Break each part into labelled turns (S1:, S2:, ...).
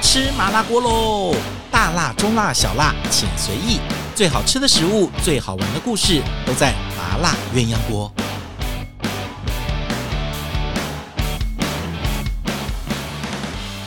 S1: 吃麻辣锅喽！大辣、中辣、小辣，请随意。最好吃的食物，最好玩的故事，都在麻辣鸳鸯锅。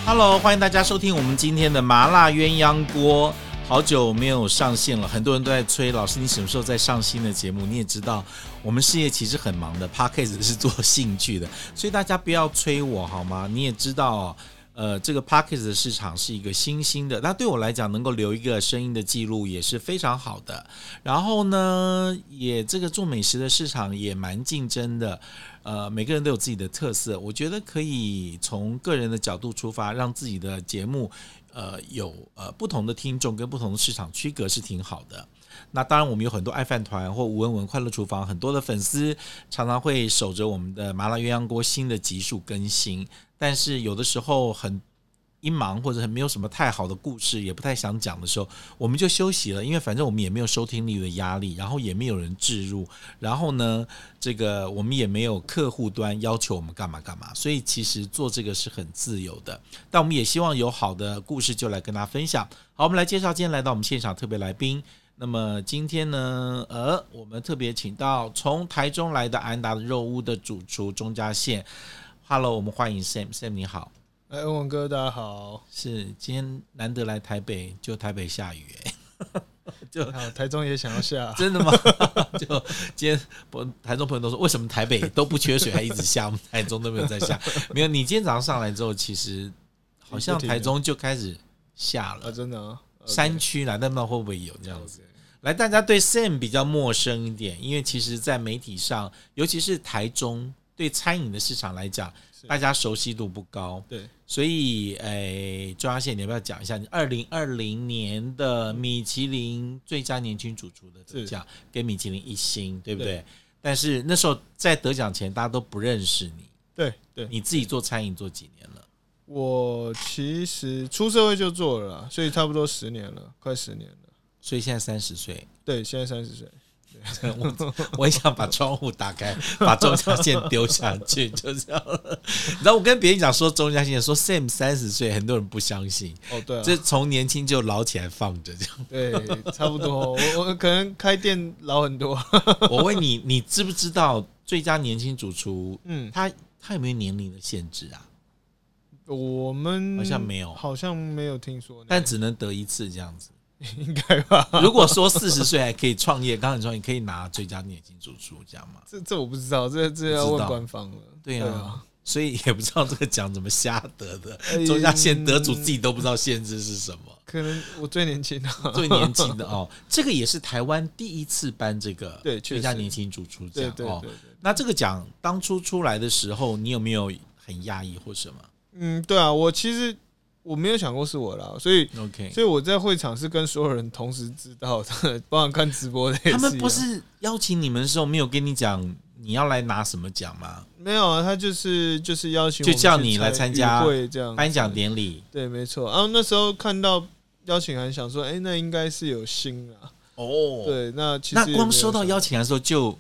S1: Hello，欢迎大家收听我们今天的麻辣鸳鸯锅。好久没有上线了，很多人都在催老师，你什么时候再上新的节目？你也知道，我们事业其实很忙的 p a c k a g e 是做兴趣的，所以大家不要催我好吗？你也知道、哦。呃，这个 p a c k a g e 的市场是一个新兴的，那对我来讲，能够留一个声音的记录也是非常好的。然后呢，也这个做美食的市场也蛮竞争的，呃，每个人都有自己的特色，我觉得可以从个人的角度出发，让自己的节目，呃，有呃不同的听众跟不同的市场区隔是挺好的。那当然，我们有很多爱饭团或吴文文快乐厨房很多的粉丝，常常会守着我们的麻辣鸳鸯锅新的集数更新。但是有的时候很一忙或者很没有什么太好的故事，也不太想讲的时候，我们就休息了，因为反正我们也没有收听力的压力，然后也没有人置入，然后呢，这个我们也没有客户端要求我们干嘛干嘛，所以其实做这个是很自由的。但我们也希望有好的故事就来跟大家分享。好，我们来介绍今天来到我们现场特别来宾。那么今天呢，呃，我们特别请到从台中来的安达的肉屋的主厨钟家宪。Hello，我们欢迎 Sam，Sam Sam, 你好，
S2: 哎，文文哥，大家好，
S1: 是今天难得来台北，就台北下雨哎、，
S2: 就好，啊台中也想要下
S1: 真的吗？ 就今天我台中朋友都说，为什么台北都不缺水，还一直下，我们台中都没有在下？没有，你今天早上上来之后，其实好像台中就开始下
S2: 啊，
S1: 了，
S2: 真 的啊，呃
S1: 山区啦，但不知道会不会有这样子。
S2: 子，
S1: 来，大家对 Sam 比较陌生一点，因为其实，在媒体上，尤其是台中，对餐饮的市场来讲，
S2: 是
S1: 大家熟悉度不高。
S2: 对，
S1: 所以，诶，周阿宪，你要不要讲一下你二零二零年的米其林最佳年轻主厨的得奖，给米其林一星，对不对？但是那时候在得奖前，大家都不认识你，
S2: 对对，
S1: 你自己做餐饮做几年了？
S2: 我其实出社会就做了啦，所以差不多十年了，快十年了，
S1: 所以现在三十岁，
S2: 对，现在三十岁，
S1: 我我也想把窗户打开， 把钟嘉宪丢下去， 就这样了。然后我跟别人讲说钟嘉宪说 Sam 三十岁，很多人不相信，
S2: 哦，对啊，
S1: 这从年轻就捞起来放着。这样，
S2: 对，差不多，我我可能开店老很多，
S1: 我问你，你知不知道最佳年轻主厨
S2: 嗯，
S1: 他他有没有年龄的限制啊？
S2: 我们
S1: 好像没有
S2: 好像没有听说呢，
S1: 但只能得一次这样子。
S2: 应该吧，
S1: 如果说四十岁还可以创业，刚才你说你可以拿最佳年轻主厨这样吗？
S2: 这这我不知道，这这要
S1: 不知道
S2: 问官方了，
S1: 对啊，所以也不知道这个奖怎么瞎得的。
S2: 哎
S1: 钟嘉宪得主自己都不知道限制是什么。
S2: 可能我最年轻啊，
S1: 最年轻的哦，这个也是台湾第一次颁这个
S2: 对确
S1: 最
S2: 实
S1: 佳年轻主厨
S2: 对
S1: 奖
S2: 对
S1: 哦
S2: 对。。
S1: 那这个奖当初出来的时候，你有没有很压抑或什么
S2: 嗯，对啊，我其实我没有想过是我啦，所以
S1: ？OK，
S2: 所以我在会场是跟所有人同时知道的， 包含看直播的也啊
S1: 他
S2: 一
S1: 们
S2: 样
S1: 不是邀请你们的时候没有跟你讲你要来拿什么奖吗？
S2: 没有啊，他就是就是邀请我们
S1: 就叫你来参加
S2: 去与会这样
S1: 颁奖典礼
S2: 对，没错。然、啊、后那时候看到邀请函，想说，哎、那应该是有心啊。
S1: 哦。
S2: 对，那其实
S1: 那
S2: 也没有
S1: 光收到邀
S2: 想
S1: 请函的时候就，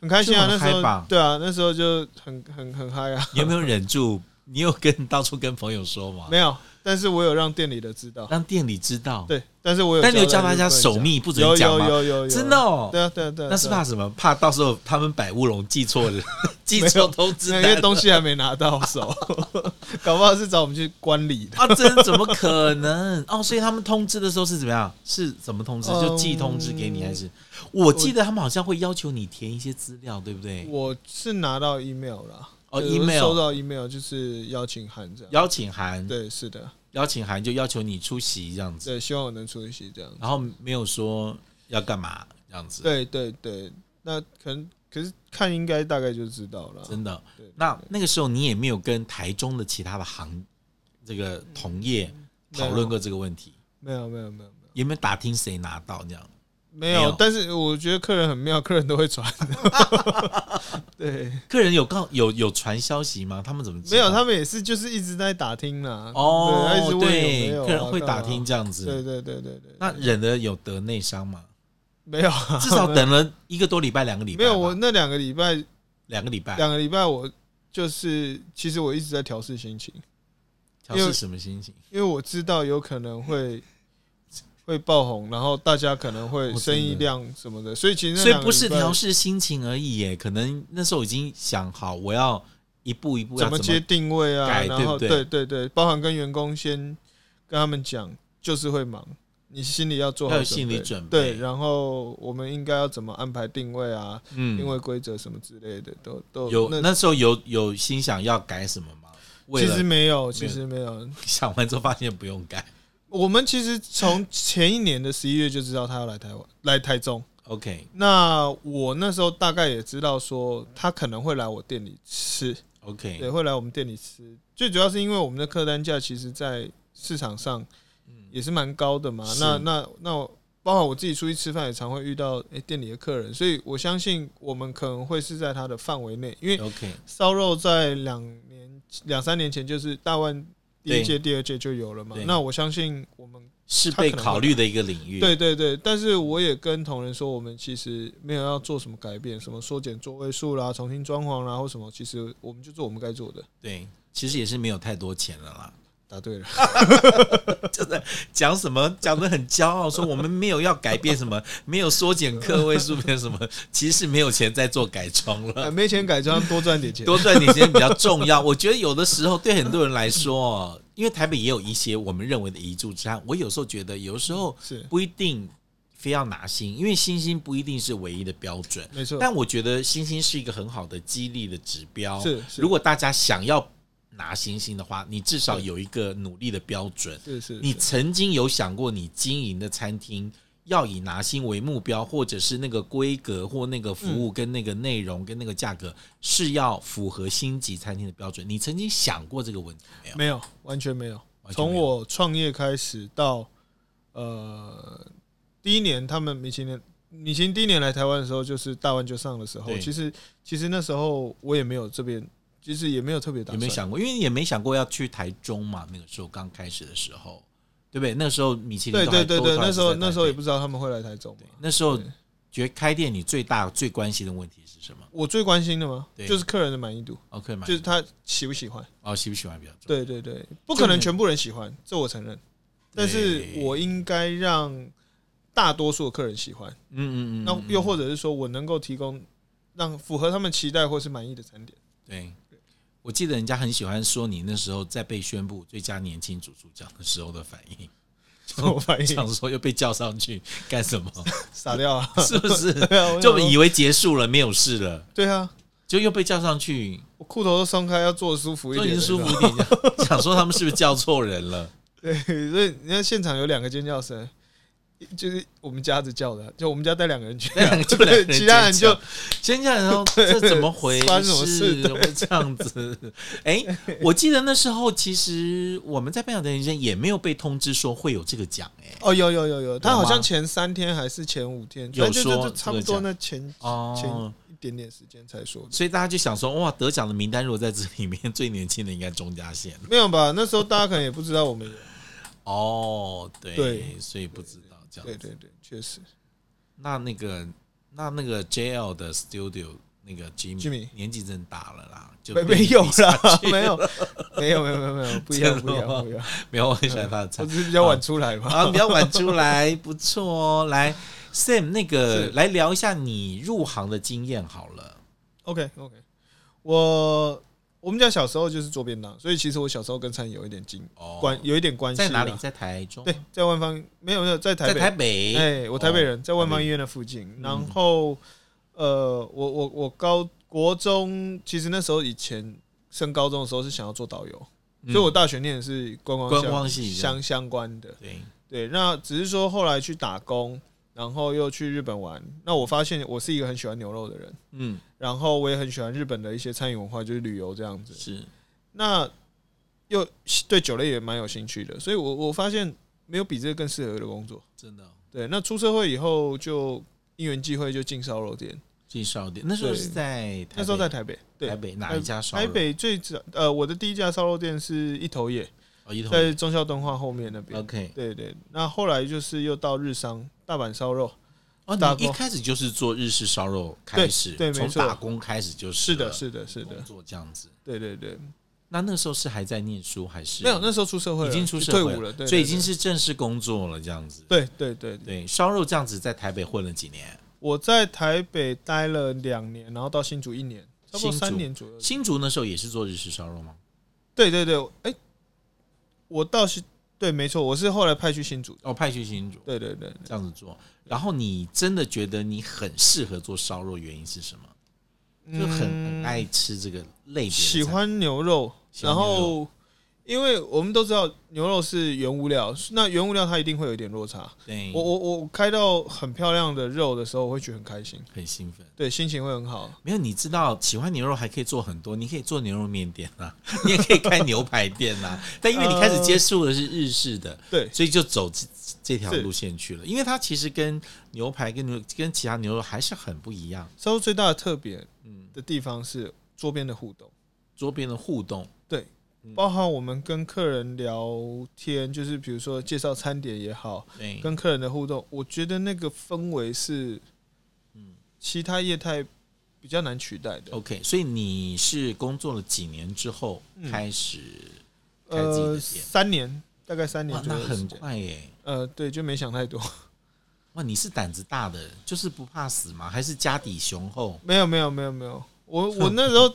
S2: 很开心啊，
S1: 就很
S2: 那时
S1: 嗨吧
S2: 候对啊，那时候就很很很嗨啊。
S1: 你有没有忍住？你有跟当初跟朋友说吗？
S2: 没有，但是我有让店里的知道。
S1: 让店里知道。
S2: 对，但是我有，
S1: 但你有
S2: 教
S1: 叫大家守
S2: 密，
S1: 密，不准
S2: 有
S1: 讲
S2: 有
S1: 吗？
S2: 有有有，
S1: 真的哦。
S2: 对啊对啊对啊，
S1: 那是
S2: 对啊
S1: 怕什么？怕到时候他们摆乌龙记错了， 记错通知
S2: 因
S1: 单
S2: 为东西还没拿到手， 搞不好是找我们去观礼的。
S1: 啊，这怎么可能？哦，所以他们通知的时候是怎么样？是怎么通知？
S2: 嗯
S1: 就寄通知给你，还是？我记得他们好像会要求你填一些资料，对不对？
S2: 我是拿到 email 啦，
S1: 哦
S2: 对我是
S1: email
S2: 收到 email 就是邀请函这样。
S1: 邀请函，
S2: 对，是的，
S1: 邀请函就要求你出席这样子，
S2: 对，希望我能出席这样。
S1: 然后没有说要干嘛这样子，
S2: 对对对，那可能可是看应该大概就知道了。
S1: 真的
S2: 对对。
S1: 那那个时候你也没有跟台中的其他的行这个同业
S2: 没有
S1: 讨论过这个问题，
S2: 没有没有嗯没有没有
S1: 有没有打听谁拿到这样？
S2: 没
S1: 没有
S2: 有，但是我觉得客人很妙，客人都会传。 对，
S1: 客人有告有有传消息吗？他们怎么知道
S2: 没有，他们也是就是一直在打听啦。
S1: 哦，
S2: 对他一直问有没
S1: 对
S2: 有啊
S1: 客人会打听。
S2: 干嘛
S1: 这样子。
S2: 对对对对对，
S1: 那忍了有得内伤 吗？
S2: 没有啊，
S1: 至少等了一个多礼拜，两个礼拜吧。
S2: 没有，我那两个礼拜，
S1: 两个礼拜
S2: 两个礼拜我就是，其实我一直在调试心情，
S1: 他是什么心情？
S2: 因为我知道有可能会会爆红，然后大家可能会
S1: 哦
S2: 生意
S1: 真的
S2: 量什么的，所以其实那
S1: 所以
S2: 两个
S1: 不是
S2: 礼拜
S1: 调试心情而已耶，可能那时候已经想好我要一步一步要
S2: 怎么接定位啊，
S1: 改
S2: 然后
S1: 对不对
S2: 对对对，包含跟员工先跟他们讲，就是会忙，你心里要做好
S1: 要有
S2: 准
S1: 心理
S2: 备
S1: 准备
S2: 对，然后我们应该要怎么安排定位啊，定
S1: 嗯，
S2: 位规则什么之类的，都都
S1: 有
S2: 那
S1: 那时候有有心想要改什么吗？为
S2: 其实
S1: 了
S2: 没有，其实没有。
S1: 想完之后发现不用改
S2: 我们其实从前一年的十一月就知道他要来台湾，来台中。
S1: ，OK
S2: 那我那时候大概也知道说他可能会来我店里吃，对，
S1: OK，
S2: 会来我们店里吃。最主要是因为我们的客单价其实，在市场上也是蛮高的嘛。
S1: 嗯是
S2: 那那那我，包括我自己出去吃饭，也常会遇到诶、店里的客人，所以我相信我们可能会是在他的范围内。因为
S1: OK，
S2: 烧肉在两年两三年前就是大万第一届、第二届就有了嘛
S1: 对。
S2: 那我相信我们
S1: 是
S2: 他可
S1: 被
S2: 能会
S1: 考虑的一个领域。
S2: 对对对，但是我也跟同仁说，我们其实没有要做什么改变，什么缩减座位数啦、重新装潢啦或什么，其实我们就做我们该做的。
S1: 对，其实也是没有太多钱了啦。
S2: 答对了。
S1: 讲什么讲的很骄傲，说我们没有要改变什么，没有缩减客位数，没有什么，其实是没有钱在做改装了。
S2: 呃，没钱改装，多赚点钱。
S1: 多赚点钱比较重要。我觉得有的时候对很多人来说，因为台北也有一些我们认为的遗珠之憾，我有时候觉得有时候
S2: 是
S1: 不一定非要拿星，因为星星不一定是唯一的标准。
S2: 没错，
S1: 但我觉得星星是一个很好的激励的指标。
S2: 是是
S1: 如果大家想要拿星星的话，你至少有一个努力的标准。
S2: 是是
S1: 你
S2: 是
S1: 曾经有想过你经营的餐厅要以拿星为目标，或者是那个规格或那个服务跟那个内容跟那个价格是要符合星级餐厅的标准？你曾经想过这个问题没有？
S2: 没有，完全没有。
S1: 完全没
S2: 从
S1: 有
S2: 我创业开始到呃第一年，他们米其林米其林第一年来台湾的时候，就是大湾就上的时候，
S1: 对
S2: 其实其实那时候我也没有这边，其实也没有特别打
S1: 有
S2: 算。
S1: 没有想过？因为也没想过要去台中嘛，那个时候刚开始的时候，对不对？那时候米其林
S2: 对
S1: 都还
S2: 对对
S1: 都
S2: 对，
S1: 都还
S2: 那时候
S1: 在台
S2: 那时候也
S1: 北
S2: 不知道他们会来台中嘛。
S1: 那时候
S2: 对
S1: 觉得开店你最大最关心的问题是什么
S2: 我最关心的嘛，
S1: 对
S2: 就是客人的满意度，
S1: ？OK 吗？
S2: 就是他喜不喜欢。
S1: 哦，喜不喜欢比较重要。
S2: 对对对，不可
S1: 就
S2: 能
S1: 是
S2: 全部人喜欢，这我承认。但是
S1: 对
S2: 我应该让大多数的客人喜欢，
S1: 嗯嗯嗯，
S2: 那
S1: 嗯
S2: 又或者是说我能够提供让符合他们期待或是满意的 餐点。
S1: 对，我记得人家很喜欢说你那时候在被宣布最佳年轻主厨奖的时候的反 应，
S2: 这种反应
S1: 想说又被叫上去干什 么？
S2: 傻掉啊！
S1: 是不是？
S2: 对啊，我
S1: 就
S2: 想说
S1: 以为结束了，没有事了，
S2: 对啊，
S1: 就又被叫上去，
S2: 我裤头都松开，要坐得舒服一
S1: 说
S2: 点
S1: 你
S2: 的，
S1: 舒
S2: 你
S1: 服
S2: 知道吗。
S1: 一点，想 想说他们是不是叫错人了？
S2: 对，所以你看现场有两个尖叫声，就是我们家子叫的，就我们家带两个人去啊，
S1: 就两个人
S2: 对其他人就
S1: 尖叫， 然后这怎么回
S2: 发生什么
S1: 事？
S2: 事
S1: 怎么这样子？ 哎，我记得那时候其实我们在颁奖的人间也没有被通知说会有这个奖，哎，
S2: 哦，有有有有，他好
S1: 有
S2: 像
S1: 吗
S2: 前三天还是前五天，
S1: 有
S2: 反正就
S1: 说
S2: 就就差不
S1: 这个
S2: 多那前
S1: 哦
S2: 前。一点点时间才说的，
S1: 所以大家就想说，哇，得奖的名单如果在这里面，最年轻的应该钟嘉宪
S2: 没有吧？那时候大家可能也不知道我们有，
S1: 哦，对，
S2: 对
S1: 所以不知道这样
S2: 对
S1: 子。
S2: 对对，确实
S1: 那那个那那个 JL 的 Studio 那个 Jimmy,
S2: Jimmy
S1: 年纪真大了啦，就
S2: 没
S1: 被
S2: 没有
S1: 比
S2: 啦，没有没有没有没 有没有，不一样
S1: 真
S2: 不
S1: 的
S2: 一样
S1: 吗
S2: 不一样，
S1: 没有，我很喜欢他的菜
S2: 我。只是比较晚出来 嘛。
S1: 啊，比较晚出来，不错哦。来，Sam，那个
S2: 是
S1: 来聊一下你入行的经验好了。
S2: OK OK，我我们家小时候就是做便当，所以其实我小时候跟餐饮有一点经
S1: 哦，
S2: 关有一点关系啦。
S1: 在哪里？在台中？
S2: 对，，在万方没有没有在台
S1: 哦在
S2: 北
S1: 台北。哦
S2: 哎，我台北人，在万
S1: 台
S2: 方
S1: 北嗯
S2: 医院的附近。然后，呃，我我我高国中，其实那时候以前升高中的时候是想要做导游，
S1: 嗯
S2: 所以我大学念的是观光
S1: 观
S2: 相
S1: 光系这样
S2: 相相关的。
S1: 对，
S2: 对，那只是说后来去打工，然后又去日本玩。那我发现我是一个很喜欢牛肉的人，
S1: 嗯，
S2: 然后我也很喜欢日本的一些餐饮文化，就是旅游这样子。
S1: 是
S2: 那又对酒类也蛮有兴趣的，所以我我发现没有比这个更适合的工作。
S1: 真的哦。
S2: 对，那出社会以后就因缘际会就进烧肉店，
S1: 进烧店，那时候
S2: 对
S1: 是在台
S2: 那时候
S1: 北
S2: 在台北，对，
S1: 台北哪一家烧肉？
S2: 台北最早呃，我的第一家烧肉店是一头野，
S1: 哦，一头。
S2: 在中孝敦化后面那边。
S1: OK，
S2: 对对，那后来就是又到日商大阪烧肉，
S1: 哦，
S2: 打
S1: 你
S2: 工
S1: 一开始就是做日式烧肉开始，
S2: 对对没
S1: 从
S2: 错
S1: 打工开始就是
S2: 的，
S1: 了
S2: 是的，是的
S1: 工，作这样子。
S2: 对对对。
S1: 那那时候是还在念书还是
S2: 没有，那时候出社会了
S1: 已经出社
S2: 退
S1: 会
S2: 伍了，对，
S1: 所以已经是正式工作了这样子。
S2: 对对对。对
S1: 对，烧肉这样子在台北混了几年，
S2: 我在台北待了两年，然后到新竹一年，差不多
S1: 新
S2: 三
S1: 竹
S2: 年左右。
S1: 新竹那时候也是做日式烧肉吗
S2: 对对对，哎、我倒是对，没错，我是后来派去新竹的。
S1: 哦，派去新竹
S2: 对对对，
S1: 这样子做，然后你真的觉得你很适合做烧肉，原因是什么？嗯就很很爱吃这个类别的菜，
S2: 嗯喜欢牛肉，
S1: 喜欢
S2: 然
S1: 牛肉
S2: 后因为我们都知道牛肉是原物料，那原物料它一定会有一点落差。
S1: 对，
S2: 我我我开到很漂亮的肉的时候，我会觉得很开心，
S1: 很兴奋。
S2: 对，心情会很好。
S1: 没有，你知道喜欢牛肉还可以做很多，你可以做牛肉面店啊， 你也可以开牛排店 啊。但因为你开始接触的是日式的，
S2: 呃对
S1: 所以就走这这条
S2: 是
S1: 路线去了。因为它其实跟牛排、跟牛跟其他牛肉还是很不一样。
S2: 烧肉最大的特别
S1: 嗯，
S2: 的地方是桌边的互动。
S1: 桌边的互动，
S2: 对
S1: 嗯，
S2: 包含我们跟客人聊天，就是比如说介绍餐点也好，
S1: 对，
S2: 跟客人的互动，我觉得那个氛围是，
S1: 嗯哦
S2: 其他业态比较难取代的。
S1: OK。所以你是工作了几年之后
S2: 嗯
S1: 开始开自己的店？
S2: 呃，三年，大概三呃年
S1: 哇，
S2: 左
S1: 那
S2: 右的时
S1: 很
S2: 间。
S1: 快耶！
S2: 呃，对，就没想太多。
S1: 哇，你是胆子大的，就是不怕死吗？还是家底雄厚？
S2: 没有，没有，没有，没有。我我那时候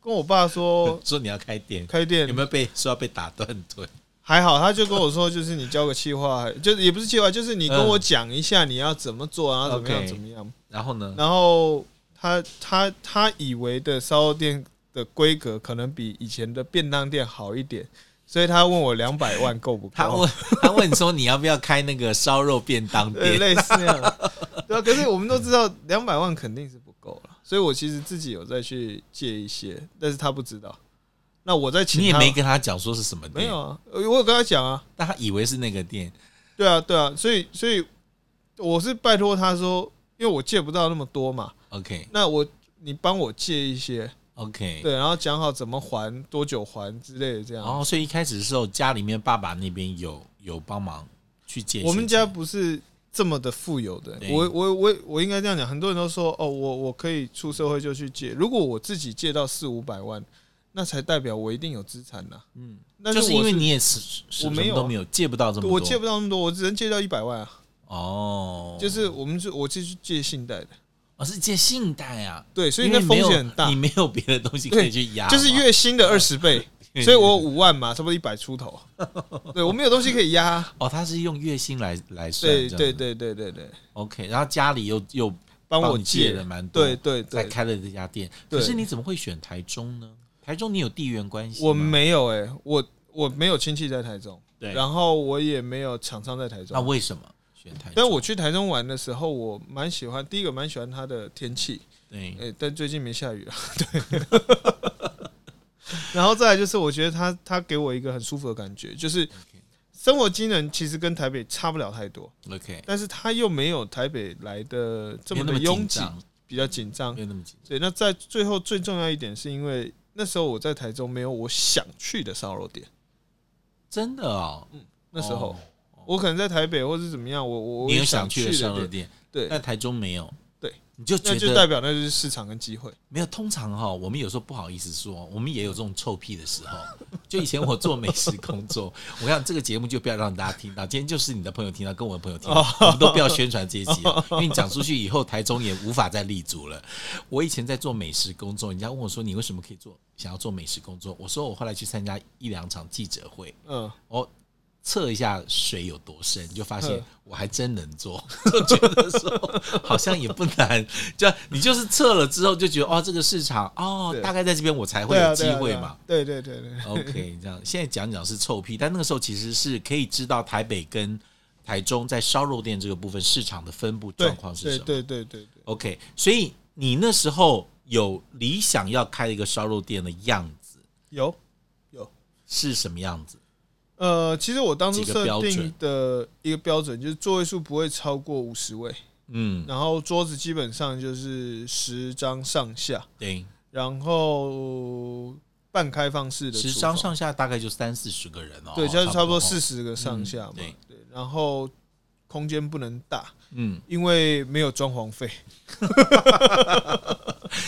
S2: 跟我爸 说
S1: 说你要开店，
S2: 开店
S1: 有没有被说要被打断腿？
S2: 还好，他就跟我说，就是你交个计划，就是也不是计划，就是你跟我讲一下你要怎么做，然后怎么样
S1: 嗯 OK
S2: 怎么样。
S1: 然后呢？
S2: 然后他他他以为的烧肉店的规格可能比以前的便当店好一点，所以他问我两百万够不够？
S1: 他问 他问你说你要不要开那个烧肉便当
S2: 对
S1: 店？
S2: 类似那样， 对啊。可是我们都知道两百万肯定是不够了，所以我其实自己有再去借一些，但是他不知道。那我再请
S1: 你也
S2: 他
S1: 没跟他讲说是什么
S2: 没
S1: 店
S2: 有，啊？呃我有跟他讲啊，
S1: 但他以为是那个店。
S2: 对啊对啊，所以所以我是拜托他说，因为我借不到那么多嘛，
S1: OK
S2: 那我你帮我借一些，
S1: OK，
S2: 对，然后讲好怎么还、多久还之类的这样。
S1: 然后哦所以一开始的时候，家里面爸爸那边有有帮忙去借钱。
S2: 我们家不是这么的富有的，
S1: 对
S2: 我我我我应该这样讲，很多人都说哦，我我可以出社会就去借，如果我自己借到四五百万，那才代表我一定有资产呐、
S1: 嗯，
S2: 那
S1: 就是是
S2: 我
S1: 因为你也是什
S2: 我
S1: 么
S2: 没有啊
S1: 都没有，借不到这么多。
S2: 我借不到那么多，我只能借到一百万啊，
S1: 哦，
S2: 就是我们是我是去借信贷的，
S1: 我是借信贷啊，
S2: 对，所以
S1: 因为
S2: 那风
S1: 没有
S2: 险很大
S1: 你，没有别的东西可以去压嘛，
S2: 就是月薪的二十倍，
S1: 哦
S2: 所以 我有五万嘛，差不多一百出头， 对我没有东西可以压啊，
S1: 哦，他是用月薪来来算，这
S2: 对
S1: 样
S2: 对
S1: 子
S2: 对对对对，
S1: ，OK，然后家里又又
S2: 帮
S1: 帮
S2: 我
S1: 你借
S2: 借
S1: 了，蛮多，
S2: 对对
S1: 才
S2: 对，
S1: 开了这家店。
S2: 对
S1: 可是你怎么会选台中呢？台中你有地缘关系吗
S2: 我没有哎、我我没有亲戚在台中，
S1: 对，
S2: 然后我也没有厂商在台
S1: 那
S2: 中。
S1: 为什么选台中？
S2: 但我去台中玩的时候，我蛮喜欢，第一个蛮喜欢它的天气，
S1: 对
S2: 哎、但最近没下 雨了，对。然后再来就是，我觉得它它给我一个很舒服的感觉，就是生活机能其实跟台北差不了太多，
S1: ，OK，
S2: 但是它又没有台北来的这
S1: 没有
S2: 么
S1: 那
S2: 的
S1: 么
S2: 拥
S1: 紧
S2: 挤，
S1: 张，
S2: 比较紧张
S1: 没。有那么紧张。
S2: 对，那在最后最重要一点，是因为那时候我在台中没有我想去的烧肉店，
S1: 真的哦，
S2: 嗯那时候。
S1: 哦
S2: 我可能在台北或是怎么样，我我
S1: 你有
S2: 我
S1: 想去
S2: 去
S1: 的
S2: 的
S1: 烧肉
S2: 店，
S1: 店，
S2: 对，
S1: 但台中没有，
S2: 对，
S1: 你就觉
S2: 那就
S1: 得
S2: 代表那就是市场跟机会。
S1: 没有。通常哈，我们有时候不好意思说，我们也有这种臭屁的时候。就以前我做美食工作，我想这个节目就不要让大家听到，今天就是你的朋友听到，跟我的朋友听到，我们都不要宣传这一集了，因为你讲出去以后，台中也无法再立足了。我以前在做美食工作，人家问我说你为什么可以做想要做美食工作，我说我后来去参加一两场记者会，
S2: 嗯，
S1: 我哦测一下水有多深，就发现
S2: 嗯
S1: 我还真能做， 就觉得说好像也不难。就你就是测了之后就觉得哦，这个市场哦
S2: 对，
S1: 大概在这边我才会
S2: 对
S1: 有
S2: 啊，
S1: 机
S2: 对啊
S1: 会嘛。。
S2: 对啊对对 对对，
S1: OK，这样现在讲讲是臭屁，但那个时候其实是可以知道台北跟台中在烧肉店这个部分市场的分布
S2: 对
S1: 状况是什么。
S2: 对对对对
S1: OK，所以你那时候有理想要开一个烧肉店的样子
S2: 有。
S1: 是什么样子？
S2: 呃，其实我当初
S1: 几个
S2: 设
S1: 标准
S2: 定的一个标准就是座位数不会超过五十位，
S1: 嗯，
S2: 然后桌子基本上就是十张上下，
S1: 对，
S2: 然后半开放式的
S1: 十
S2: 厨
S1: 张
S2: 房
S1: 上下大概就三四十个人哦，
S2: 对，就是差不多四
S1: 哦
S2: 十个上下嘛。
S1: 嗯对
S2: 对，然后空间不能大，
S1: 嗯，
S2: 因为没有装潢费。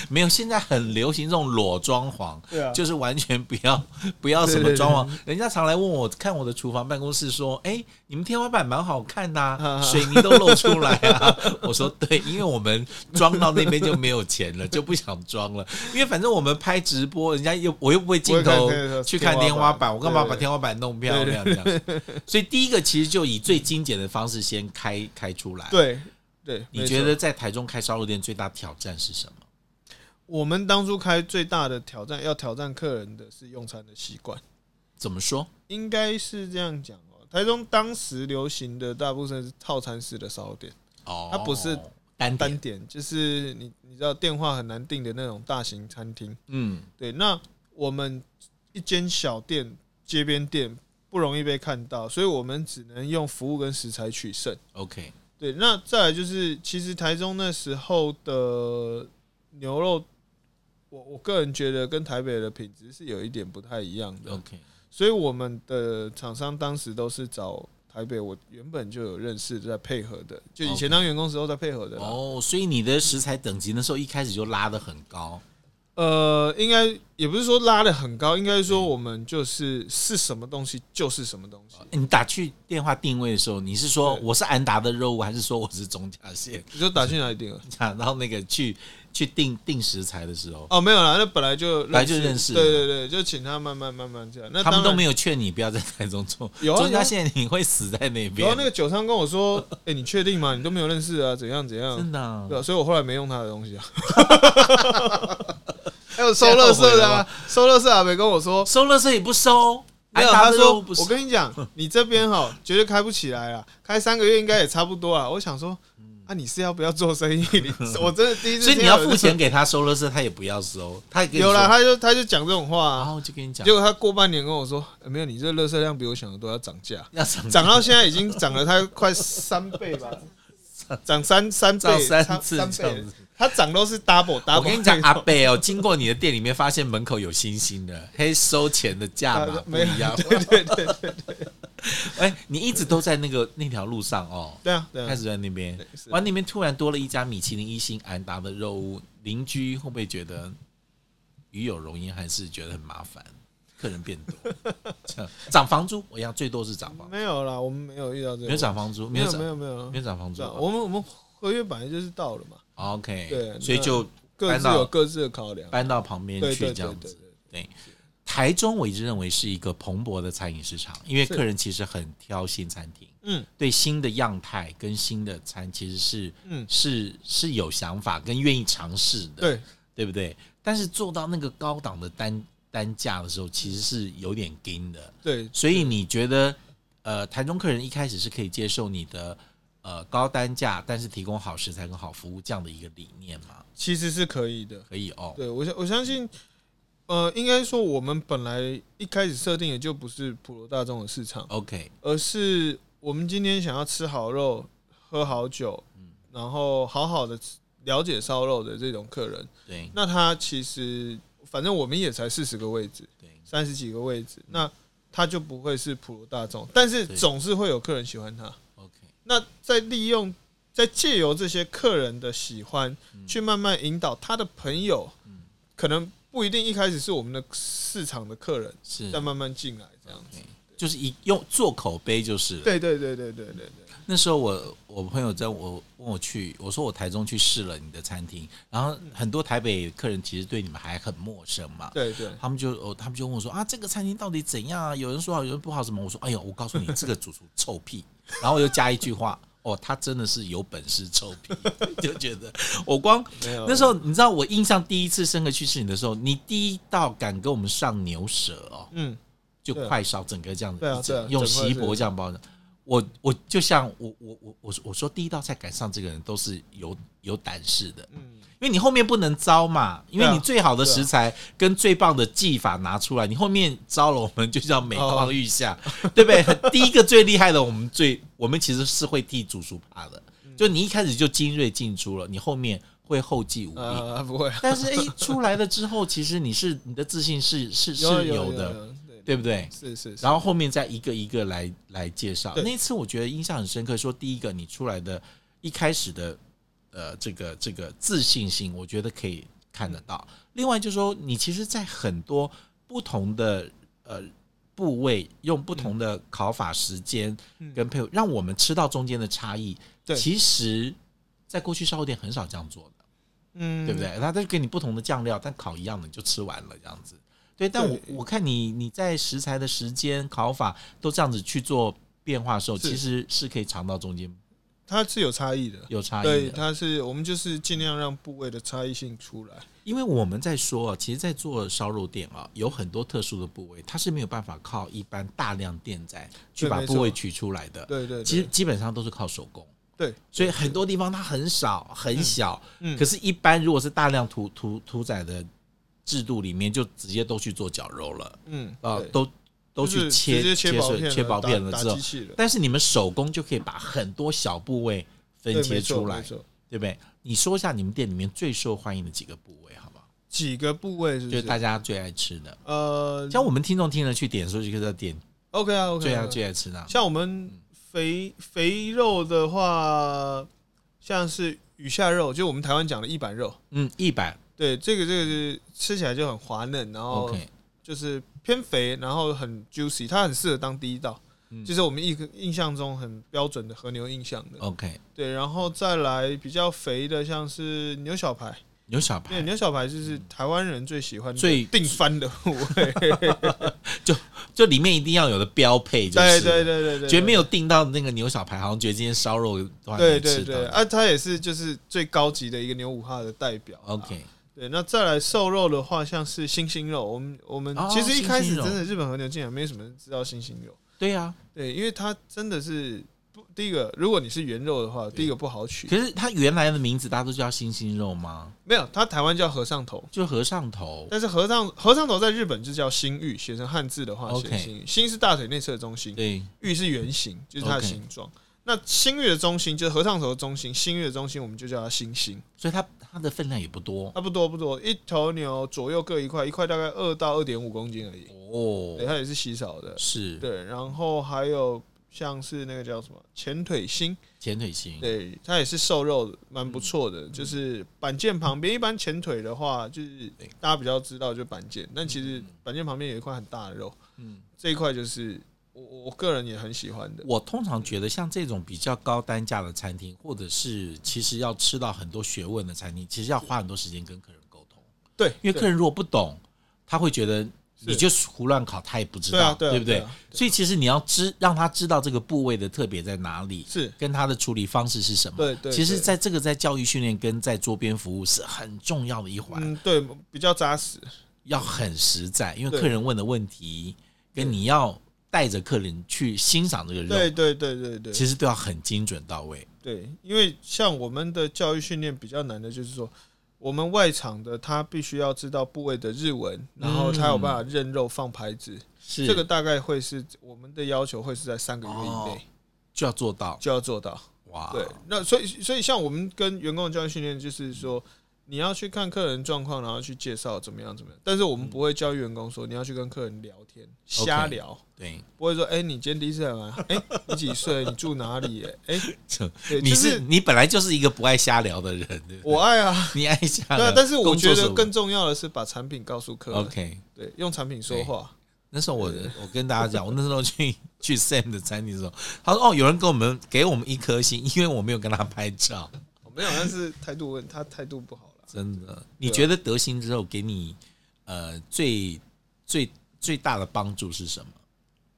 S1: 没有，现在很流行这种裸装潢，
S2: 对啊，
S1: 就是完全不要不要什
S2: 对
S1: 么
S2: 对
S1: 装潢。人家常来问我看我的厨房办公室，说：“哎，你们天花板蛮好看呐、
S2: 啊
S1: 水泥都露出来啊。”我说：“对，因为我们装到那边就没有钱了，就不想装了。因为反正我们拍直播，人家又我又不会镜
S2: 不
S1: 头
S2: 会看那个
S1: 去看
S2: 天
S1: 天
S2: 花
S1: 花
S2: 板
S1: 板，我干嘛
S2: 对对
S1: 把天花板弄漂亮这样？所以第一个其实就以最精简的方式先开开出来。
S2: 对对。
S1: 你
S2: 没
S1: 觉
S2: 错
S1: 得在台中开烧肉店最大挑战是什么？
S2: 我们当初开最大的挑战，要挑战客人的是用餐的习惯，
S1: 怎么说？
S2: 应该是这样讲哦。台中当时流行的大部分是套餐式的烧肉店，
S1: 哦，
S2: 它不是
S1: 单
S2: 单
S1: 点，
S2: 点就是你你知道电话很难订的那种大型餐厅。
S1: 嗯，
S2: 对，那我们一间小店、街边店不容易被看到，所以我们只能用服务跟食材取胜。
S1: OK，
S2: 对，那再来就是，其实台中那时候的牛肉，我我个人觉得跟台北的品质是有一点不太一样的，
S1: OK，
S2: 所以我们的厂商当时都是找台北我原本就有认识在配合的，就以前当员工时候在配合的啦。
S1: 哦，所以你的食材等级那时候一开始就拉得很高，
S2: 呃，应该也不是说拉的很高，应该说我们就是是什么东西就是什么东西，
S1: 呃你打去电话定位的时候，你是说
S2: 对
S1: 我是安达的肉，还是说我是总甲线？
S2: 你就打去哪里订了。
S1: 讲到那个去去定定食材的时候，
S2: 哦，没有啦，那本来就
S1: 本来就认识
S2: 对对对，就请他慢慢慢慢这样。那
S1: 他们
S2: 当然
S1: 都没有劝你不要在台中做，
S2: 有啊
S1: 中
S2: 有啊
S1: 甲线你会死在那
S2: 然
S1: 边
S2: 后，啊那个酒商跟我 说：“哎、你确定吗？你都没有认识啊？怎样怎样
S1: 真的啊？”
S2: 对、啊，所以我后来没用他的东西啊。 还有收
S1: 现在后
S2: 垃圾
S1: 悔
S2: 的、
S1: 了
S2: 啊
S1: 吗，
S2: 收垃圾阿北跟我说，
S1: 收垃圾也不收，
S2: 没有，
S1: 安达
S2: 他
S1: 的
S2: 说
S1: 肉不
S2: 我
S1: 收，
S2: 跟你讲，你这边哈绝对开不起来了，开三个月应该也差不多啊。我想说，啊，你是要不要做生意？你我真的第一 次，
S1: 所以你要付。钱给他收垃圾，他也不要收，他也跟你
S2: 有啦，
S1: 说，
S2: 他就他就讲这种话、
S1: 然
S2: 啊，
S1: 后就跟你讲
S2: 结果他过半年跟我说，哎没有，你这垃圾量比我想的都要涨价。
S1: 要涨
S2: 涨到现在已经涨了，它快三倍吧，涨三三
S1: 涨
S2: 倍，
S1: 三次
S2: 三
S1: 这
S2: 倍
S1: 样子，
S2: 它涨都是 double double。
S1: 我跟你讲，阿贝哦，经过你的店里面，发现门口有星星的，嘿，收钱的价码不
S2: 没有
S1: 一样。
S2: 对对对对
S1: 哎，你一直都在那个那条路上哦，
S2: 对啊对
S1: 开
S2: 啊，
S1: 始在那边，
S2: 是
S1: 完那边突然多了一家米其林一星安达的肉屋，邻居会不会觉得与有荣焉，还是觉得很麻烦？客人变 多，这样涨房租，我要最多是涨房，
S2: 没有啦，我们没有遇到这个，
S1: 没有涨房租，
S2: 没
S1: 有
S2: 有
S1: 涨
S2: 没，有没有
S1: 没，有涨房租
S2: 是啊。我们我们合约本来就是到了嘛，对
S1: OK，
S2: 那
S1: 所以就
S2: 各
S1: 搬
S2: 自
S1: 到
S2: 有各自的考量，
S1: 搬到旁边
S2: 对
S1: 去
S2: 对
S1: 这
S2: 对
S1: 样
S2: 对
S1: 子。
S2: 对，
S1: 台中我一直认为是一个蓬勃的餐饮市场，因为客人其实很挑新餐厅，
S2: 嗯
S1: 对新的样态跟新的餐其实是
S2: 嗯，
S1: 是是有想法跟愿意尝试的，
S2: 对
S1: 对不对？但是做到那个高档的单单价的时候，其实是有点惊的。
S2: 对
S1: 所以你觉得，呃，台中客人一开始是可以接受你的呃高单价，但是提供好食材跟好服务这样的一个理念吗？
S2: 其实是可以的，
S1: 可以哦，
S2: 对我相我相信，呃，应该说我们本来一开始设定也就不是普罗大众的市场。
S1: ，OK，
S2: 而是我们今天想要吃好肉、喝好酒，
S1: 嗯
S2: 然后好好的了解烧肉的这种客人，
S1: 对
S2: 那他其实反正我们也才四十个位置，
S1: 对，
S2: 三十几个位置，那他就不会是普罗大众，但是
S1: 对
S2: 总是会有客人喜欢他。
S1: ，OK，
S2: 那在利用，在借由这些客人的喜欢，
S1: 嗯
S2: 去慢慢引导他的朋友
S1: 嗯，
S2: 可能不一定一开始是我们的市场的客人，
S1: 是
S2: 再慢慢进来这样子。
S1: 对，就是一用做口碑就是了。
S2: 对对对对对对对，
S1: 那时候我我朋友在我问我去，我说我台中去试了你的餐厅，然后很多台北客人其实对你们还很陌生嘛。
S2: 对对。
S1: 他们就哦，他们就问我说啊，这个餐厅到底怎样啊？有人说好，有人不好，什么？我说哎呦，我告诉你，这个主厨臭屁。 然后我又加一句话，哦，他真的是有本事臭屁， 就觉得我光
S2: 没有
S1: 那时候你知道我印象第一次深刻去吃你的时候，你第一道敢给我们上牛舌哦，
S2: 嗯，
S1: 就
S2: 对
S1: 快烧整个这样子，
S2: 对啊
S1: 一整
S2: 对啊
S1: 用
S2: 整块
S1: 锡
S2: 是
S1: 箔这样包的。我我就像我我我我我说第一道菜敢上这个人都是有有胆识的，
S2: 嗯，
S1: 因为你后面不能招嘛，因为
S2: 对啊
S1: 你最好的
S2: 对啊
S1: 食材跟最棒的技法拿出来，你后面招了我们就叫
S2: 哦
S1: 每况愈下，对不对？第一个最厉害的，我们最我们其实是会替主厨怕的，
S2: 嗯
S1: 就你一开始就精锐进出了，你后面会后继无力。
S2: 呃，不会，
S1: 但是哎、出来了之后，其实你是你的自信是是是
S2: 有
S1: 有
S2: 的
S1: 的，，
S2: 对
S1: 对不对？
S2: 是是是，
S1: 然后后面再一个一个来来介绍。
S2: 对
S1: 那一次我觉得印象很深刻，说第一个你出来的一开始的呃这个这个自信心，我觉得可以看得到。另外就是说，你其实，在很多不同的呃部位，用不同的烤法时间
S2: 嗯
S1: 跟配合，让我们吃到中间的差异。
S2: 对
S1: 其实，在过去烧肉店很少这样做的。
S2: 嗯
S1: 对不？对？它都给你不同的酱料，但烤一样的你就吃完了这样子。对，但我
S2: 对
S1: 我看你你在食材的时间、烤法都这样子去做变化的时候，
S2: 是
S1: 其实是可以尝到 中间
S2: 它是有差异的，
S1: 有差异
S2: 对，
S1: 的。
S2: 它是我们就是尽量让部位的差异性出来。
S1: 因为我们在说啊，其实，在做烧肉店啊，有很多特殊的部位，它是没有办法靠一般大量电宰去
S2: 对
S1: 把
S2: 没
S1: 部
S2: 错
S1: 位取出来的。
S2: 对对，对
S1: 其实基本上都是靠手工，
S2: 对，
S1: 所以很多地方它很少很小，
S2: 嗯
S1: 可是，一般如果是大量屠屠屠宰的制度里面，就直接都去做绞肉了。
S2: 嗯
S1: 啊，
S2: 对
S1: 都都
S2: 就
S1: 去
S2: 是
S1: 切
S2: 直接
S1: 切
S2: 切薄
S1: 碎
S2: 片了
S1: 切薄片了
S2: 打
S1: 之
S2: 打
S1: 后
S2: 机，器了，
S1: 但是你们手工就可以把很多小部位分
S2: 对
S1: 切
S2: 没错
S1: 出来
S2: 没，错
S1: 对不对？你说一下你们店里面最受欢迎的几个部位，好不好？
S2: 几个部位是不
S1: 就是
S2: 是？
S1: 大家最爱吃的，
S2: 呃
S1: 像我们听众听了去点的时候，就可以在点
S2: ，OK 啊，OK，
S1: 最爱
S2: OK
S1: 最爱吃的啊。
S2: 像我们肥肥肉的话，像是鱼下肉，就我们台湾讲的一板肉，
S1: 嗯，一百
S2: 对，这个这个是吃起来就很滑嫩，然后
S1: OK，
S2: 就是偏肥，然后很 juicy，它很适合当第一道，
S1: 嗯
S2: 就是我们一个印象中很标准的和牛印象的。
S1: OK，
S2: 对，然后再来比较肥的，像是牛小排，
S1: 牛小
S2: 对，
S1: 排
S2: 牛小排就是台湾人最喜欢的
S1: 最
S2: 定番的部 位，
S1: 就里面一定要有的标配，就
S2: 对
S1: 是
S2: 对对对对，
S1: 觉得没有订到那个牛小排，好像觉得今天烧肉都还
S2: 对
S1: 没
S2: 对
S1: 吃
S2: 对，
S1: 到。
S2: 啊，它也是就是最高级的一个牛五哈的代表啊。
S1: OK，
S2: 对，那再来瘦肉的话，像是星星肉，我们我们
S1: 哦
S2: 其实一开
S1: 星
S2: 始
S1: 星肉
S2: 真的日本和牛竟然没什么人知道星星肉，
S1: 对啊呀，
S2: 对，因为它真的是不第一个，如果你是原肉的话，第一个不好取，
S1: 可是它原来的名字大家都叫星星肉吗？
S2: 没有，它台湾叫和尚头，
S1: 就和尚头。
S2: 但是和尚和尚头在日本就叫心玉，写成汉字的话写
S1: OK
S2: 心玉，心是大腿内侧的中心，
S1: 对，
S2: 玉是圆形，就是它的
S1: OK
S2: 形状。那心玉的中心就是和尚头的中心，心玉的中心我们就叫它心心。
S1: 所以它它的分量也不多
S2: 它不多不多，一头牛左右各一块，一块大概二到二点五公斤而已。
S1: 哦
S2: 对，，它也是稀少的。
S1: 是
S2: 对，然后还有像是那个叫什么前腿心，
S1: 前腿型，
S2: 对，它也是瘦肉的，蛮不错的。就是板腱旁边，一般前腿的话，就是
S1: 对
S2: 大家比较知道就板腱，但其实板腱旁边有一块很大的肉，
S1: 嗯，
S2: 这一块就是我我我个人也很喜欢的。
S1: 我通常觉得像这种比较高单价的餐厅，或者是其实要吃到很多学问的餐厅，其实要花很多时间跟客人沟通，
S2: 对，
S1: 因为客
S2: 人
S1: 人如果不懂，他会觉得你就胡乱烤，他也不知
S2: 对啊
S1: 道，
S2: 对啊
S1: 不
S2: 对
S1: 对
S2: 啊？
S1: 所以其实你要知让他知道这个部位的特别在哪里，
S2: 是
S1: 跟他的处理方式是什么。
S2: 对对，
S1: 其实，
S2: 对
S1: 在这个在教育训练跟在桌边服务是很重要的一环。
S2: 嗯对比较扎实，
S1: 要很实在，因为
S2: 对
S1: 客人问的问题跟你要带着客人去欣赏这个
S2: 对
S1: 肉，
S2: 对对对对。
S1: 其实都要很精准到位。
S2: 对，因为像我们的教育训练比较难的，就是说我们外场的他必须要知道部位的日文，然后他有办
S1: 嗯
S2: 法认肉放牌子，
S1: 是
S2: 这个大概会是我们的要求会是在三个月以
S1: 哦啊
S2: 内
S1: 就要做到
S2: 就要做到。
S1: 哇！
S2: 对，那所以所以像我们跟员工的教育训练，就是说。你要去看客人状况，然后去介绍怎么样怎么样。但是我们不会教育员工说你要去跟客人聊天，瞎聊，
S1: 对，
S2: 不会说哎、你今天第一次来玩，哎、你几岁？你住哪里？ 哎、
S1: 这
S2: 对
S1: 你
S2: 就是是
S1: 你本来就是一个不爱瞎聊的 人，对不对
S2: 我爱啊，
S1: 你爱瞎
S2: 对啊
S1: 聊，，
S2: 但是我
S1: 工
S2: 觉
S1: 作
S2: 得
S1: 手
S2: 更重要的是把产品告诉客人
S1: OK。
S2: 对，用产品说话，
S1: 那时候我我跟大家讲，我那时候去去 Sam 的餐厅的时候，他说哦，有人给我们给我们一颗星，因为我没有跟他拍照，
S2: 我哦没有，但是态度问他态度不好了。
S1: 真的。你
S2: 啊
S1: 觉得得星之后给你呃最最最大的帮助是什么？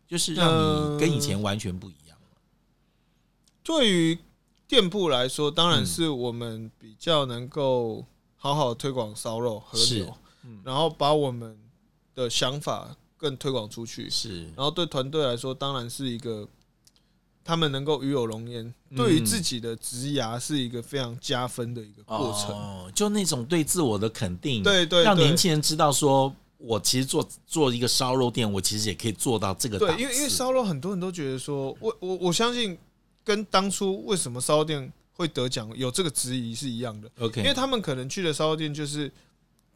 S1: 就是让
S2: 呃
S1: 你跟以前完全不一样。
S2: 对于店铺来说，当然
S1: 嗯
S2: 是我们比较能够好好推广烧肉和
S1: 是
S2: 牛，然后把我们的想法更推广出去。
S1: 是
S2: 然后对团队来说，当然是一个他们能够与有荣焉，
S1: 嗯
S2: 对于自己的职涯是一个非常加分的一个过程。
S1: 哦，就那种对自我的肯定，
S2: 对对
S1: 让
S2: 对
S1: 年。轻人知道说，我其实做做一个烧肉店，我其实也可以做到这个档
S2: 对，
S1: 次。
S2: 因为因为烧肉很多人都觉得说，我我我相信跟当初为什么烧肉店会得奖有这个质疑是一样的，
S1: OK，
S2: 因为他们可能去的烧肉店就是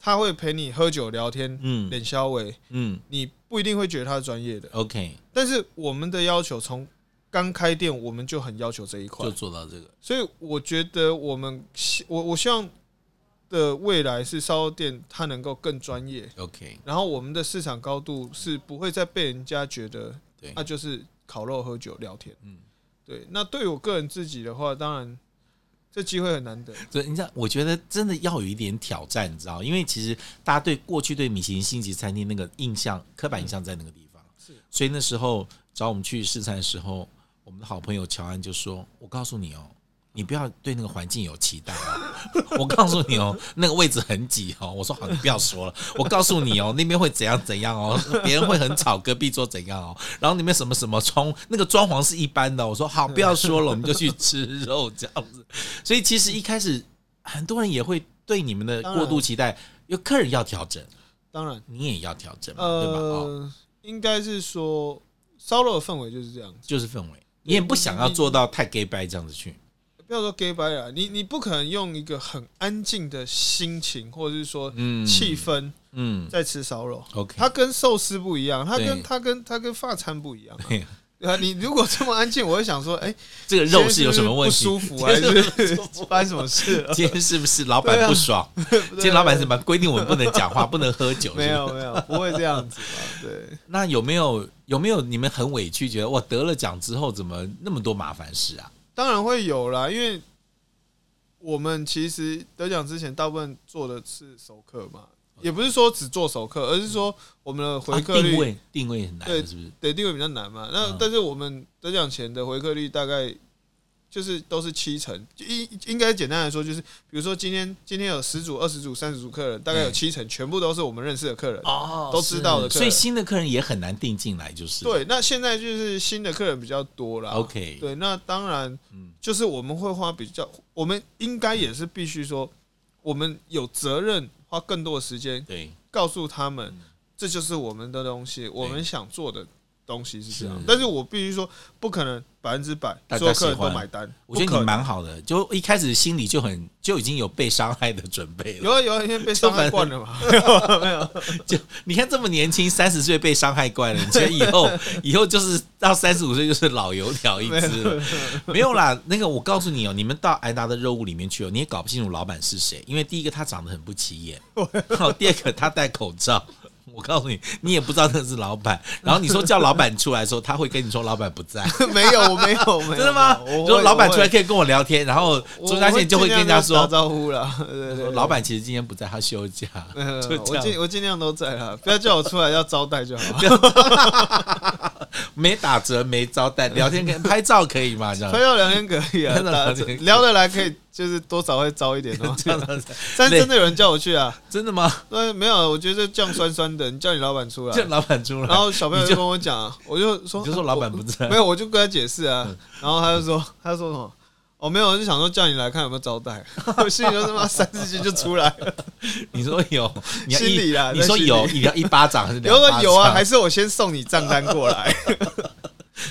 S2: 他会陪你喝酒聊天，
S1: 嗯
S2: 脸消委，
S1: 嗯
S2: 你不一定会觉得他是专业的，
S1: OK，
S2: 但是我们的要求从。刚开店，我们就很要求这一块
S1: 就，做到这个。
S2: 所以我觉得我们希我我希望的未来是烧肉店它能够更专业，
S1: OK，
S2: 然后我们的市场高度是不会再被人家觉得
S1: 对
S2: 啊，就是烤肉、喝酒、聊天。
S1: 嗯
S2: 嗯，对。那对我个人自己的话，当然这机会很难得。
S1: 所以你知道，我觉得真的要有一点挑战，你知道，因为其实大家对过去对米其林星级餐厅那个印象、刻板印象在那个地方，
S2: 是
S1: 所以那时候找我们去试餐的时候，我们的好朋友乔安就说：“我告诉你哦，你不要对那个环境有期待哦， 我告诉你哦，那个位置很挤哦。”我说：“好，你不要说了。”我告诉你哦，那边会怎样怎样哦，别人会很吵，隔壁桌怎样哦，然后里面什么什么窗，那个装潢是一般的哦。我说：“好，不要说了，我们就去吃肉这样子。”所以其实一开始很多人也会对你们的过度期待，有客人要调整，
S2: 当然，
S1: 你也要调整嘛，对吧？哦，
S2: 呃，应该是说烧肉的氛围就是这样子，
S1: 就是氛围，你也不想要做到太 gay bye 这样子去。
S2: 不要说 gay bye 啦，你你不可能用一个很安静的心情，或者是说
S1: 嗯
S2: 气氛
S1: 嗯
S2: 在吃烧肉。
S1: ，OK，
S2: 它跟寿司不一样，它
S1: 对
S2: 跟它跟它跟发餐不一样啊。
S1: 对
S2: 对啊，你如果这么安静，我会想说，哎，
S1: 这个 肉是有什么问
S2: 今
S1: 题？
S2: 天是不是不 舒服还是发生什么事了？
S1: 今天是不是老板不爽？今天老板怎么规定我们不能讲话、不能喝酒？
S2: 啊没
S1: 是不是
S2: 有没有，不会这样子吧？对，
S1: 那有没有有没有你们很委屈，觉得哇得了奖之后怎么那么多麻烦事啊？
S2: 当然会有啦，因为我们其实得奖之前大部分做的是熟客嘛，也不是说只做熟客，而是说我们的回
S1: 哦啊
S2: 客
S1: 定
S2: 率
S1: 位定位很难的，
S2: 对
S1: 是不是？
S2: 对定位比较难嘛。那
S1: 嗯
S2: 但是我们得奖前的回客率大概。就是都是七成，就应应该简单来说，就是比如说今天今天有十组、二十组、三十组客人，大概有
S1: 嗯
S2: 七成全部都是我们认识的客人。
S1: 哦
S2: 都知道的客人
S1: 所以新的客人也很难定进来，就是哦
S2: 对，那现在就是新的客人比较多啦。
S1: OK
S2: 对，那当然
S1: 嗯，
S2: 就是我们会花比较，我们应该也是必须说，我们有责任花更多的时间
S1: 对
S2: 告诉他们，
S1: 嗯
S2: 这就是我们的东西，我们想做的东西是这样
S1: 是。
S2: 但是我必须说，不可能百分之百
S1: 大家
S2: 所有客人
S1: 喜
S2: 都
S1: 欢
S2: 买单，
S1: 我觉得
S2: 不可
S1: 你
S2: 能。
S1: 蛮好的，就一开始心里就很就已经有被伤害的准备了
S2: 有。啊有啊，因为被伤害惯 了嘛。
S1: 就你看这么年轻，三十岁被伤害惯了，你觉得以后以后就是到三十五岁就是老油条一只 了？没有啦，那个我告诉你哦，你们到挨达的肉屋里面去哦，你也搞不清楚老板是谁，因为第一个他长得很不起 眼，好，第二个他戴口罩。我告诉你，你也不知道那是老板。然后你说叫老板出来的时候，他会跟你说老板不 在，
S2: 没有，我没有，没有。啊
S1: 真的吗？
S2: 我
S1: 你
S2: 会
S1: 说老板出来，
S2: 我
S1: 可以跟我聊天，然后
S2: 我
S1: 周嘉
S2: 我
S1: 倩就会跟人
S2: 尽
S1: 家
S2: 量打
S1: 说，
S2: 招呼啦。对对对，
S1: 老板其实今天不在，他休假。
S2: 没有没 有
S1: 就
S2: 没有
S1: 这
S2: 我
S1: 样
S2: 尽我尽量都在啦，不要叫我出来要招待就好。
S1: 没打折，没招待，聊天可以拍照可以 吗？这
S2: 朋
S1: 样。
S2: 友聊天可以啊，
S1: 真的
S2: 大
S1: 聊天可以
S2: 聊得来可以，就是多少会招一点哦。
S1: 这样子
S2: 但是真的有人叫我去 啊？
S1: 真的吗？
S2: 对，没有，我觉得这样酸酸的，你叫你老板出
S1: 叫
S2: 来，啊
S1: 老板出来，
S2: 然后小朋友
S1: 你
S2: 就
S1: 就
S2: 跟我 讲啊，我就说
S1: 你就说老板嗯不在
S2: 我没有，我就跟他解释啊，然后他就说他就说什么？哦，没有，我就想说叫你来看有没有 招待。我心里就他妈三四句就出来了，
S1: 你说有， 你要一
S2: 心里啦
S1: 你说有，
S2: 在
S1: 你要一巴掌还是
S2: 有
S1: 两巴
S2: 说
S1: 掌？
S2: 有啊，还是我先送你账单过 来，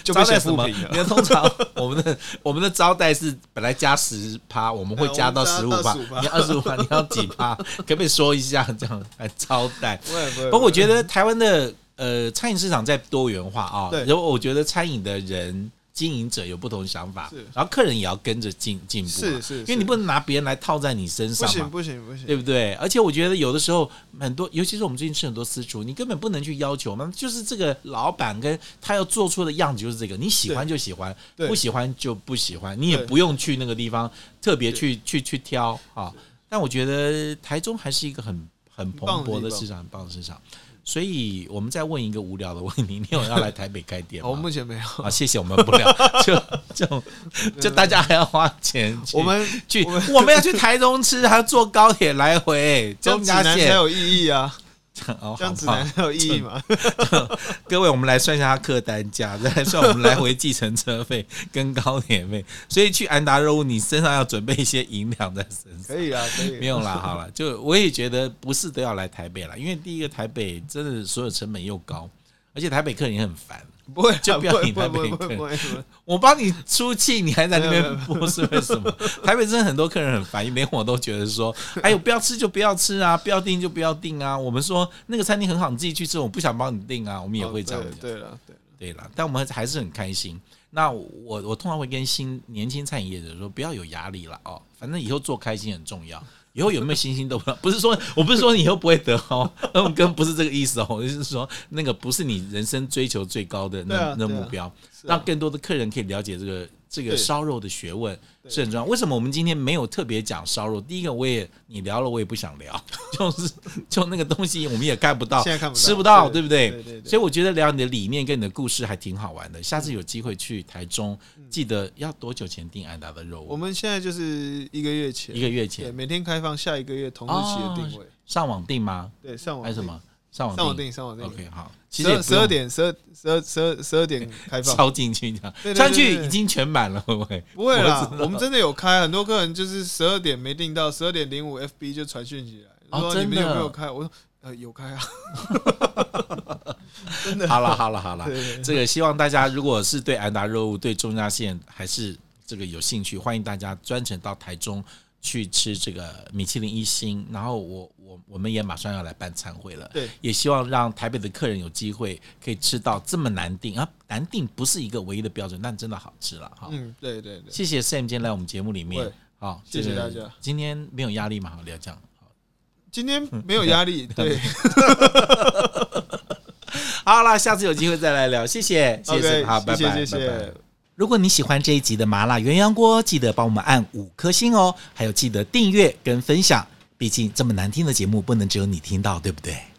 S2: 就被
S1: 招待
S2: 写
S1: 什
S2: 负
S1: 么？
S2: 评
S1: 你
S2: 了。
S1: 看，通常我们的我们的招待是本来加十趴，我们会加到
S2: 哎
S1: 十
S2: 我
S1: 五
S2: 们加
S1: 趴，
S2: 到15%
S1: 你要二十五趴，你要几 趴？可不可以说一下这样来招待？
S2: 不会不会，
S1: 不过我觉得台湾的呃餐饮市场在多元化啊、
S2: 对
S1: 然后我觉得餐饮的人。经营者有不同的想法
S2: 是，
S1: 然后客人也要跟着进进步嘛，
S2: 是是
S1: 因为你不能拿别人来套在你身
S2: 不
S1: 上
S2: 行
S1: 嘛，
S2: 不行不行，
S1: 对不对？而且我觉得有的时候很多，尤其是我们最近吃很多私厨，你根本不能去要求嘛，就是这个老板跟他要做出的样子就是这个，你喜欢就喜欢，
S2: 对
S1: 不喜欢就不喜欢，你也
S2: 对
S1: 不用去那个地方特别去去去挑啊。但我觉得台中还是一个很很蓬
S2: 棒的
S1: 勃的
S2: 地方
S1: 市场，很棒的市场。所以我们再问一个无聊的问题，你有要来台北开店
S2: 哦 我
S1: 吗
S2: 目？前没有。
S1: 啊，谢谢，我们不聊， 就就就大家还要花钱去
S2: 我们
S1: 去，
S2: 我
S1: 我们要去台中吃，还要坐高铁来回，
S2: 这样
S1: 中
S2: 指
S1: 嘉
S2: 南才
S1: 线。
S2: 有意义啊，
S1: 哦，好
S2: 这样
S1: 不
S2: 指
S1: 好
S2: 南？才有意义嘛。
S1: 各位，我们来算一下他客单价，再来算我们来回计程车费跟高铁费。所以去安达肉屋，你身上要准备一些银两在身上。
S2: 可以啊，可以。
S1: 没有啦，好了，就我也觉得不是都要来台北啦，因为第一个台北真的所有成本又高，而且台北客人也很烦。
S2: 不会啊，
S1: 就不要引
S2: 不
S1: 他
S2: 会，不会，
S1: 被
S2: 不会，
S1: 坑
S2: 不会，不会
S1: 我帮你出气，你还在那
S2: 没有
S1: 边
S2: 没
S1: 播是为什么？台北真的很多客人很烦，连我都觉得 说，哎呦，不要吃就不要吃啊，不要订就不要订啊。我们说那个餐厅很好，你自己去吃，我不想帮你订啊，我们也会这样
S2: 哦
S1: 讲。
S2: 对对了，对。
S1: 对啦，但我们还是很开心。那我我通常会跟新年轻餐饮业者说，不要有压力啦，哦，反正以后做开心很重要。以后有没有星星 都不知道，不是说我不是说你以后不会得哦， 那我跟不是这个意思哦，我就是说那个不是你人生追求最高的那、
S2: 对啊
S1: 那
S2: 对啊
S1: 目标，
S2: 是啊
S1: 让更多的客人可以了解这个这个
S2: 对
S1: 烧肉的学问是很重要。为什么我们今天没有特别讲烧肉？第一个，我也你聊了，我也不想聊， 就是就那个东西我们也看不到，
S2: 现在看不到
S1: 吃不到，对
S2: 对
S1: 不对？
S2: 对对对
S1: 所以我觉得聊你的理念跟你的故事还挺好玩的。下次有机会去台中，记得要多久前订安达的肉
S2: 嗯我
S1: 屋？
S2: 们现在就是一个月前，
S1: 一个月
S2: 对，
S1: 前
S2: 每天开放下一个月同日期的定位，
S1: 上网订吗？
S2: 对，上网
S1: 还是什
S2: 订？
S1: 么？上网
S2: 上网
S1: 订。
S2: 订，上网订。
S1: OK，好，其
S2: 十
S1: 实也
S2: 二
S1: 不
S2: 十二
S1: 用
S2: 点，十二十二十二十二点开 放，
S1: 超进去这样，
S2: 对对对
S1: 上去
S2: 对
S1: 已经全满了，会不会？
S2: 不会啦
S1: 我知，道
S2: 我们真的有开，很多客人就是十二点没订到，十二点零五 FB 就传讯息来，
S1: 哦
S2: 说
S1: 真
S2: 你
S1: 的
S2: 们有没有开？我说呃有开啊，真 的。
S1: 好了，好了，好了。
S2: 对，对
S1: 这个希望大家如果是对安达肉物、对中亚线还是这个有兴趣，欢迎大家专程到台中去吃这个米其林一星。然后我我我们也马上要来办餐会了，
S2: 对，
S1: 也希望让台北的客人有机会可以吃到这么难定啊，难定不是一个唯一的标准，但真的好吃了哈。
S2: 嗯，对对对，
S1: 谢谢 Sam 今天来我们节目里面
S2: 喂，
S1: 好，
S2: 谢谢
S1: 这个
S2: 大家。
S1: 今天没有压力嘛？好，聊这样。
S2: 今天没有压 力，对
S1: 好啦，下次有机会再来聊，谢谢，谢谢
S2: OK，
S1: Sam，好，拜拜，
S2: 谢谢
S1: 拜
S2: 谢
S1: 拜
S2: 谢。
S1: 如果你喜欢这一集的麻辣鸳鸯锅，记得帮我们按五颗星哦，还有记得订阅跟分享，毕竟这么难听的节目不能只有你听到，对不对？